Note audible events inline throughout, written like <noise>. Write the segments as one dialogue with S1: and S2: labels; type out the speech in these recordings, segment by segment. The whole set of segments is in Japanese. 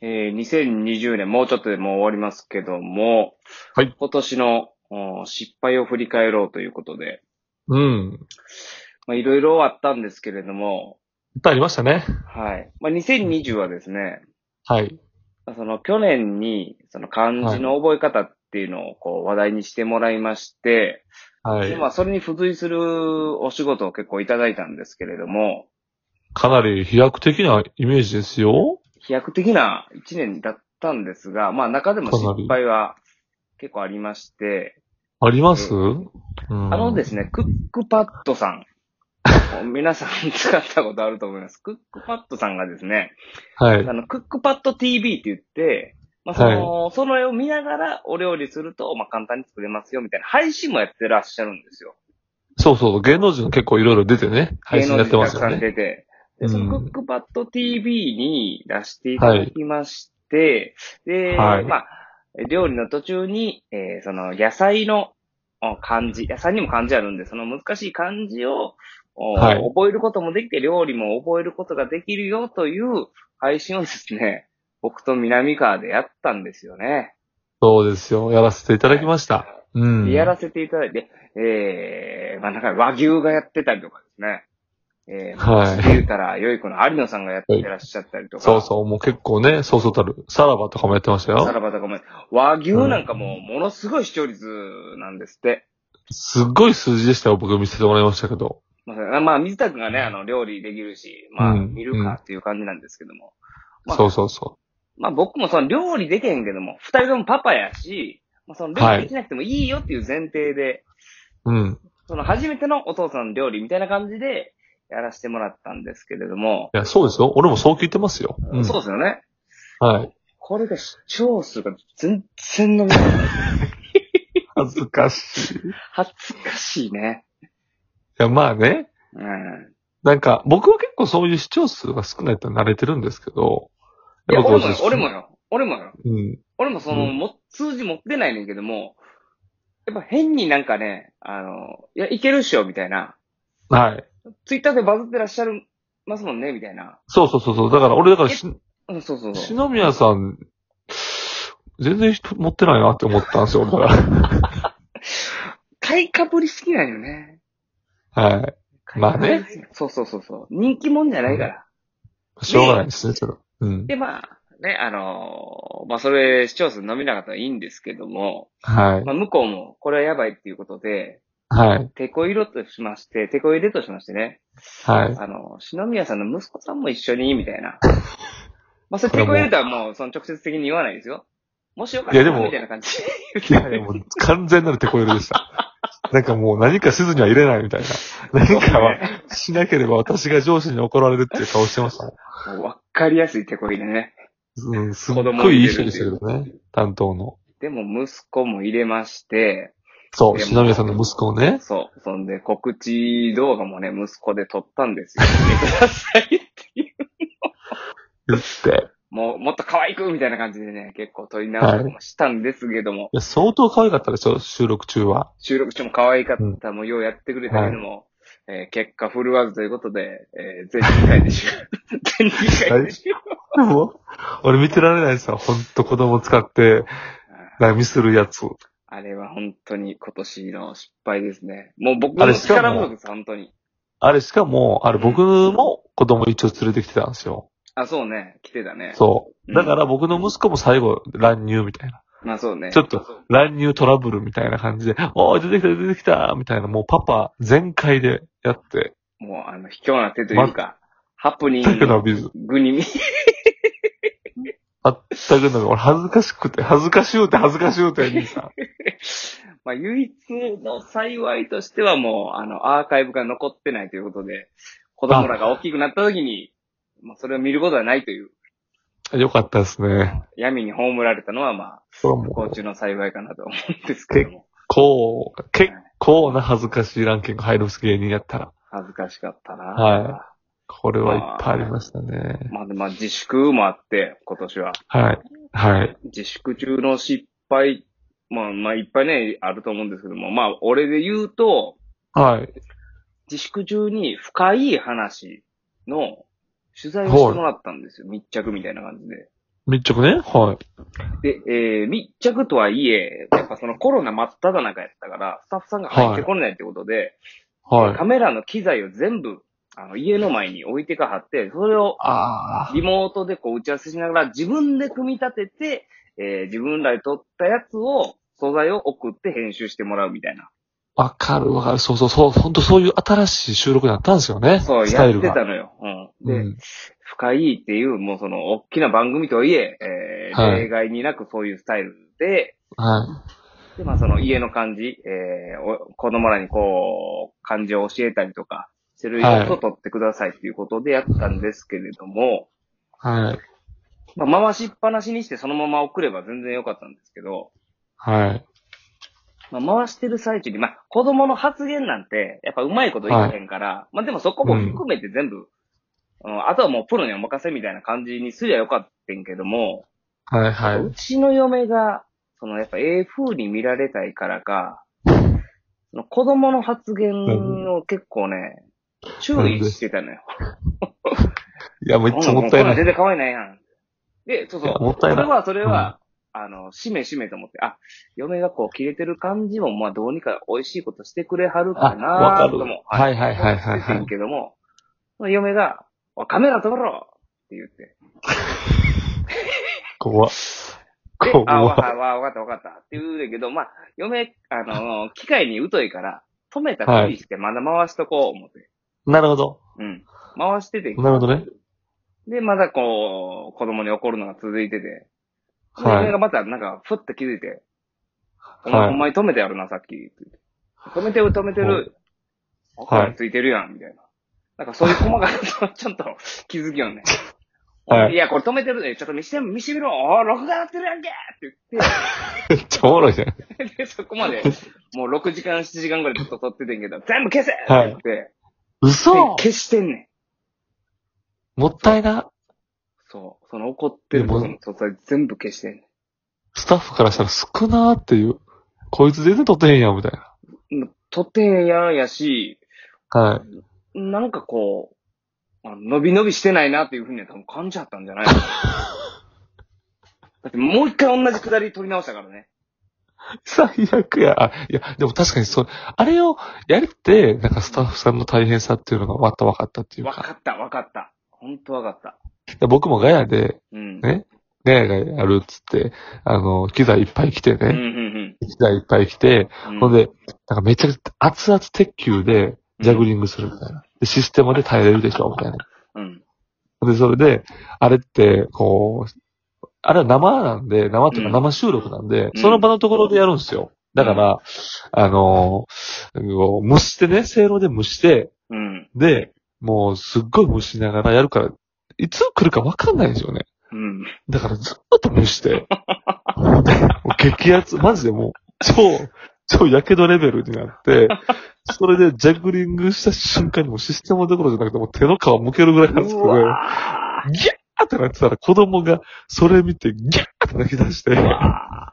S1: えー2020年、もうちょっとでもう終わりますけども、
S2: はい
S1: 今年のお失敗を振り返ろうということで、
S2: うん。いっ
S1: まあ、いろいろあったんですけれども、
S2: ぱいありましたね。
S1: はい。まあ、2020はですね、
S2: はい。
S1: その去年に、その漢字の覚え方っていうのをこう話題にしてもらいまして、
S2: はい
S1: で。まあ、それに付随するお仕事を結構いただいたんですけれども、
S2: かなり飛躍的なイメージですよ。
S1: 飛躍的な一年だったんですが、まあ中でも失敗は結構ありまして、
S2: あります、うん
S1: あのですね、クックパッドさ
S2: <laughs>
S1: ん。皆さん使ったことあると思います。クックパッドさんがですね、
S2: はい
S1: あ。の、クックパッド TV って言って、まあ、その、その絵を見ながらお料理すると、まあ、簡単に作れますよ、みたいな配信もやってらっしゃるんですよ。
S2: そうそう、芸能人結構いろいろ出てね、配信やってます
S1: 芸能人た
S2: よ
S1: くさん
S2: ね。
S1: 出て。
S2: う
S1: で、
S2: ん
S1: そのクックパッド TV に出していただきまして、で、
S2: はい
S1: まあ、料理の途中に、えーその野菜のあ漢字、野菜にも漢字あるんで、その難しい漢字を、お
S2: はい
S1: 覚えることもできて、料理も覚えることができるよという配信をですね、僕と南川でやったんですよね。
S2: そうですよ。やらせていただきました。うん。
S1: でやらせていただいて、えー、まあなんか和牛がやってたりとかですね。えー、
S2: はい
S1: 昔で言うたら、よい子の有野さんがやってらっしゃったりとか。
S2: そうそう、もう結構ね、そうそうたる。さらばとかもやってました
S1: さ
S2: よ。
S1: らばとかも、和牛なんかもうものすごい視聴率なんですって。
S2: すっごい数字でしたよ、僕見せてもらいましたけど。
S1: まあ、まあ、水田くんがね、あの、料理できるし、まあ、
S2: うん
S1: 見るかっていう感じなんですけども。まあ
S2: そうそうそ
S1: まあ、僕もその料理できへんけども、二人ともパパやし、まあ、その料理できなくてもいいよっていう前提で、
S2: う。うん。
S1: その初めてのお父さんの料理みたいな感じでやらせてもらったんですけれども、
S2: いや、そうですよ。俺もそう聞いてますよ。うん、
S1: そうですよね。
S2: はい。
S1: これが視聴数が全然伸び
S2: <laughs>
S1: ない。
S2: 恥ずかしい。い
S1: 恥ずかしいね。
S2: や、まあね。
S1: うん。
S2: なんか、僕は結構そういう視聴数が少ないと慣れてるんですけど、
S1: いや、
S2: っぱこ
S1: 俺
S2: う
S1: もよ、俺も。よ、俺もよ。
S2: うん。
S1: 俺もその、
S2: うん
S1: も、数字持ってないねんけども、やっぱ変になんかね、あの、いや、いけるっしょ、みたいな。
S2: はい。
S1: ツイッターでバズってらっしゃる、ますもんね、みたいな。
S2: そうそうそうそう。だから俺、だからし、
S1: うん、そうそうそう。
S2: 篠宮さん、全然人持ってないなって思ったんですよ、俺
S1: <laughs>
S2: は。
S1: 買いかぶり好きなんよね。
S2: はい。まあね。
S1: そうそうそうそう。人気者じゃないから。
S2: しょうがないですね、それは。うん。
S1: で、まあ、ね、あのーまあ、それ、視聴数伸びなかったらいいんですけども、
S2: はい。
S1: まあ、向こうも、これはやばいっていうことで、
S2: はい。
S1: 手こ入れとしまして、手こ入れとしましてね、
S2: はい。
S1: あの、篠宮さんの息子さんも一緒に、みたい
S2: <laughs>
S1: な。まあ、それ手こ入れとはもう、その直接的に言わないですよ。もしよかった
S2: いやで
S1: ら、
S2: も
S1: みたいな感じで
S2: い
S1: 言っ
S2: や
S1: て。
S2: いやもう完全なるテコ入れ
S1: <laughs>
S2: でした。なんかもう何かせずには入れないみたいな。何かはしなければ私が上司に怒られるっていう顔してました。
S1: もうわかりやすい手こ入れね。
S2: うん、すっごいいい人でしたけどね、担当の。
S1: でも、息子も入れまして、
S2: そう、
S1: でも
S2: 篠宮さんの息子をね。
S1: そう。そんで、告知動画もね、息子で撮ったんですよ。見てください。
S2: <laughs> 言って。
S1: もう、もっと可愛くみたいな感じでね、結構撮り直したりもしたんですけども、
S2: いや、相当可愛かったですよ、収録中は。
S1: 収録中も可愛かった、もうようやってくれたけども、えー結果振るわずということで、えー全2回で終了。全
S2: <laughs>
S1: 2回で終了。
S2: もう俺見てられないですよ。ほんと子供使って、波するやつ。
S1: あれは本当に今年の失敗ですね。もう僕
S2: あ
S1: の
S2: れしかも
S1: 力不足です、本当に。
S2: あれしかも、あれ僕も子供一応連れてきてたんですよ。
S1: あ、そうね。来てたね。
S2: そう。だから僕の息子も最後、乱入みたいな。
S1: まあそうね。
S2: ちょっと、乱入トラブルみたいな感じで、おー、出てきた、出てきた、みたいな、もうパパ全開でやって、
S1: もう、あの、卑怯な手というか、ハプニン
S2: 全く
S1: グ、
S2: 伸びず。
S1: グに見
S2: 全く伸びず。俺恥ずかしくて、恥ずかしゅうて、恥ずかしゅうて、兄さん。
S1: <laughs> まあ、唯一の幸いとしてはもう、あの、アーカイブが残ってないということで、子供らが大きくなった時に、まあ、それを見ることはないという、
S2: よかったですね。
S1: 闇に葬られたのは、まあ、
S2: これは
S1: 不
S2: もう
S1: 幸中の幸いかなと思うんですけども、
S2: こう、結構な恥ずかしいランキング入る芸人やったら、
S1: 恥ずかしかったな。
S2: はこれはいっぱいありましたね。
S1: まあ、でまあ、自粛もあって、今年は。
S2: はい。はい。
S1: 自粛中の失敗、まあ、まあ、いっぱいね、あると思うんですけども、まあ、俺で言うと、
S2: はい。
S1: 自粛中に深い話の取材をしてもらったんですよ。密着みたいな感じで。
S2: 密着ねはい。
S1: で、えー、密着とはいえ、やっぱそのコロナ真っ只中やったから、スタッフさんが入ってこれないってことで、
S2: はい
S1: カ。メラの機材を全部、あの、家の前に置いてかはって、それを
S2: あ
S1: リモートでこう打ち合わせしながら自分で組み立てて、えー自分らで撮ったやつを、素材を送って編集してもらうみたいな。
S2: あ、わかるわかる。そうそうそう。本当そういう新しい収録になったんですよね。
S1: そう、
S2: スタ
S1: や
S2: イ
S1: っ
S2: ル
S1: て
S2: が。
S1: たのよ。うん。で、
S2: うん
S1: 深いっていう、もうその、大きな番組とはいえ、えー
S2: はい
S1: 例外になくそういうスタイルで、
S2: は
S1: で、まあその家の感じ、えーお子供らにこう、漢字を教えたりとか、するやつを取ってくださいっていうことでやったんですけれども、
S2: い。はい。
S1: まあ回しっぱなしにしてそのまま送れば全然良かったんですけど、
S2: はい。
S1: まあ回してる最中に、まあ子供の発言なんて、やっぱうまいこと言わへんから、まあでもそこも含めて全部、うんあとはもうプロにお任せみたいな感じにすりゃよかったんけども、
S2: はい。は
S1: う
S2: い。
S1: ちの嫁が、そのやっぱええ風に見られたいからか、その子供の発言を結構ね、注意してたのよ。
S2: いや、もういっつももったい
S1: こん
S2: なん
S1: 全
S2: い。
S1: 然可愛いないやん。で、そうそ
S2: いうや。もったいない
S1: それは、それは、あの、しめしめと思って、あ、嫁がこう、切れてる感じも、まあ、どうにか美味しいことしてくれはる
S2: あ、
S1: か
S2: わ
S1: な
S2: か
S1: ぁ
S2: る
S1: とも。。
S2: はいはいはいはい
S1: して
S2: は
S1: てん
S2: い。
S1: けども、その嫁が、おいカメラ止めろって言って、
S2: 怖っ。
S1: で、
S2: 怖
S1: あ、わか
S2: っ。
S1: わわかったわかったって言うんだけど、まあ、嫁、あ
S2: <laughs>
S1: の、機械に疎いから、止めたふりしてまだ回しとこう思って。
S2: なるほど。
S1: うん。回してて。
S2: なるほどね。 <laughs>
S1: で、まだこう、子供に怒るのが続いてて。で
S2: はい
S1: 嫁がまたなんか、ふっと気づいて。お
S2: は
S1: 前、お
S2: い
S1: 前止めてやるな、さっき。止めてる、止めてる。お
S2: はい
S1: 母さんついてるやん、みたいな。なんかそういう細かな、 <laughs> ちょっと気づきよね。
S2: はい
S1: いや、これ止めてるで、ちょっと見して、見してみろ、おー録画なってるやんけって言って、
S2: めっちゃおもろいじゃん。
S1: で、そこ
S2: <laughs>
S1: まで、もう6時間、7時間ぐらいずっと撮っててんけど、全部消せって
S2: はい
S1: 言って、で
S2: 嘘
S1: 消してんねん。
S2: もったいな。
S1: そう。その怒ってるとこの素材全部消してん
S2: スタッフからしたら少なーっていう。こいつ全然撮ってへんやん、みたいな。
S1: ねん。撮ってんやんやし、
S2: はい。
S1: なんかこう、あの伸び伸びしてないなっていうふうには多分感じちゃったんじゃ
S2: <laughs>
S1: ないのだってもう一回同じくだり撮り直したからね。
S2: 最悪や。あ、いや、でも確かにそう、あれをやるって、なんかスタッフさんの大変さっていうのがまた分かったっていう
S1: わ
S2: か。
S1: かった、わかった。ほんとわかった。
S2: で僕もガヤで、
S1: うん。
S2: ねガヤがやるっつって、あの、機材いっぱい来て
S1: うん、
S2: ね。
S1: うん、
S2: 機材いっぱい来て、
S1: うん。
S2: ほんで、なんかめちゃくちゃ熱々鉄球でジャグリングするみたいな。で、システムで耐えれるでしょ、みたいな。
S1: うん、
S2: で、それで、あれって、こう、あれは生なんで、生っていう
S1: う
S2: か
S1: ん
S2: 生収録なんで、
S1: うん
S2: その場のところでやるんですよ。だから、あのー蒸してね、せいろで蒸して、
S1: うん、
S2: で、もうすっごい蒸しながらやるから、いつ来るかわかんないんですよね。
S1: うん。
S2: だからずっと蒸して、
S1: <laughs>
S2: もう激アツ、マジでもう、超、超やけどレベルになって、それでジャグリングした瞬間にもうシステムどころじゃなくて、もう手の皮むけるぐらいなんですけ
S1: う
S2: ど、
S1: わ
S2: ギャーってなってたら子供がそれ見てギャーって泣き出して
S1: ー、うわ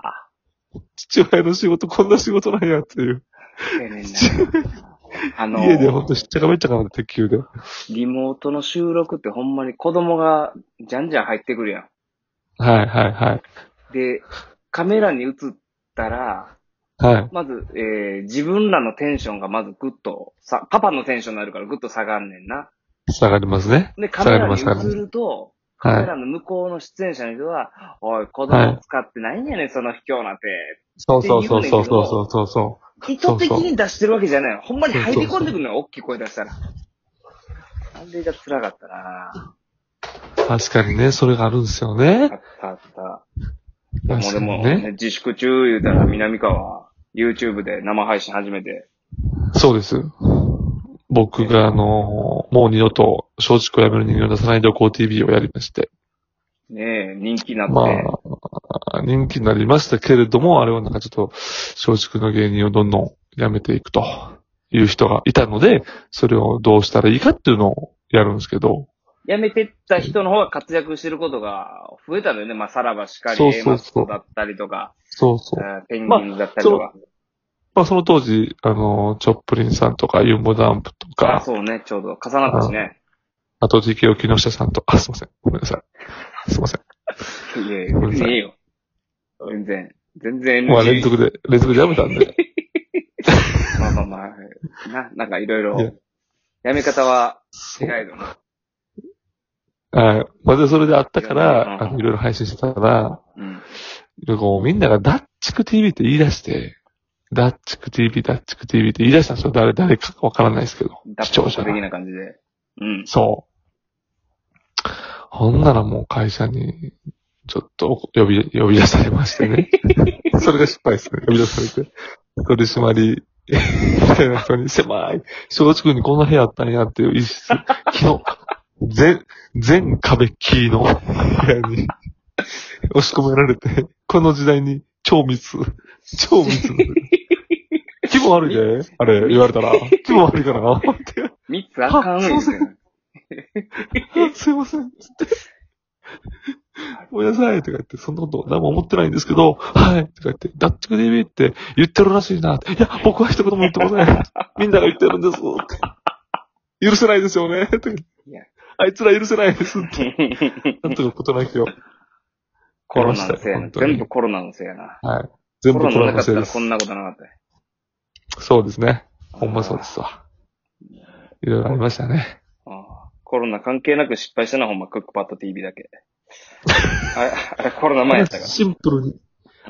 S1: ー。
S2: 父親の仕事こんな仕事なんやっていう。
S1: ええねんなあの、
S2: 家でほんとしっちゃかめっちゃかな鉄球で。
S1: リモートの収録ってほんまに子供がじゃんじゃん入ってくるやん。
S2: はいはいはい。
S1: で、カメラに映ったら、
S2: はい。
S1: まず、えー自分らのテンションがまずグッとさ、パパのテンションになるからグッと下がんねんな。
S2: 下がりますね。
S1: で、カメラに
S2: 下がります
S1: 映ると、
S2: はい
S1: カメラの向こうの出演者の人は、おい、子供使ってないんやねん、その卑怯な手。
S2: そうそうそうそうそうそうそうそ
S1: 意図的に出してるわけじゃないの。ほんまに入り込んでくるのよ、大きい声出したら。あれが辛かったな
S2: う。確かにね、それがあるんですよね
S1: あ。ったあった。もう
S2: 確
S1: で
S2: か
S1: も、
S2: に
S1: ね
S2: ね。、
S1: 自粛中言うたら南川、YouTube で生配信始めて、
S2: そうです。僕があの、もう二度と松竹をやめる人間を出さないでおこう TV をやりまして。
S1: ねえ、人気になって、
S2: まあ、人気になりましたけれども、あれはなんかちょっと、松竹の芸人をどんどん辞めていくという人がいたので、それをどうしたらいいかっていうのをやるんですけど、
S1: 辞めてった人の方が活躍してることが増えたのよね。まあ、さらばしかり、
S2: そう
S1: A
S2: そ
S1: マ
S2: う
S1: ス
S2: そう
S1: トだったりとか、
S2: そうそう。
S1: えーペンギンだったりとか。
S2: まあその当時、あの、チョップリンさんとか、ユンボダンプと
S1: あ、
S2: か、
S1: そうね、ちょうど重なったしね。
S2: あと TKO 木下さんと、あ、すいません。ごめんなさい。すいません。
S1: いいやいや、別にいいよ。全然。全然 NG。
S2: まあ連続で、連続でやめたんで。
S1: まあまあまあ。な、なんかいろいろ
S2: いや。
S1: やめ方は <laughs> 違えども。
S2: はい。まあで、それであったか
S1: うん
S2: ら、あの、いろいろ配信してたら、
S1: うん。
S2: なんかもうみんながダッチク TV って言い出して、ダッチク TV、ダッチク TV って言い出したんですよ。誰、誰かわからないですけど。
S1: 脱
S2: 視聴
S1: 北
S2: 者
S1: 的
S2: が。
S1: な感じで。うん。
S2: そう。ほんならもう会社に、ちょっと呼び、呼び出されましてね。 <laughs> それが失敗ですね。呼び出されて。取締り、みたいな人に狭い、松竹にこんな部屋あったんやっていう一室、昨日、全、全壁木の部屋に押し込められて、この時代に超密、超密な。気分悪いで、あれ言われたら。気分悪いからな。って
S1: 三つあかんよ、みたいな。
S2: <laughs> すいません。ごめんなさいとか言って、そんなこと何も思ってないんですけど、はいとか言って、ダッチク DB って言ってるらしいなって。いや、僕は一言も言ってません。みんなが言ってるんですって。許せないですよね。とか言って
S1: いや
S2: あいつら許せないですって。なんとかことなきを。
S1: コロ
S2: 殺
S1: ナの <laughs>
S2: したよ
S1: せいな
S2: 本。当に
S1: 全部コロナのせいやな。
S2: はい。全部
S1: コロ
S2: コ
S1: ナ
S2: ロ
S1: な
S2: ナ
S1: か
S2: の
S1: った
S2: せい
S1: ら
S2: で
S1: こ
S2: す。
S1: んなことなかったよ。
S2: そうですね。ほんまそうですわ。いろいろありましたね。
S1: ああコロナ関係なく失敗したのはほんまクックパッド TV だ
S2: <laughs>
S1: け。あれ、あれコロナ前やったから。
S2: シンプルに。
S1: うん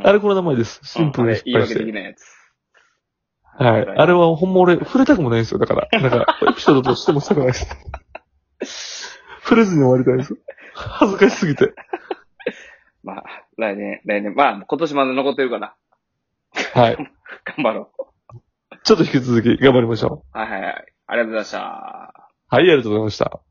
S2: あれコロナ前です。シンプルに
S1: うんあれ
S2: 失
S1: 言い訳で
S2: 敗して
S1: き。ないやつ。
S2: はい。あ
S1: れ
S2: れはほんま俺、触れたくもないんですよ。だから、なん <laughs> か、エピソードとしてもしたくないです。 <laughs> 触れずに終わりたいです。恥ずかしすぎて。
S1: まあ、来年、来年、まあ、今年まで残ってるから、
S2: はい。
S1: 頑張ろう。
S2: ちょっと引き続き頑張りましょ
S1: はいはいはい。ありがとうございました。
S2: う。はい、ありがとうございました。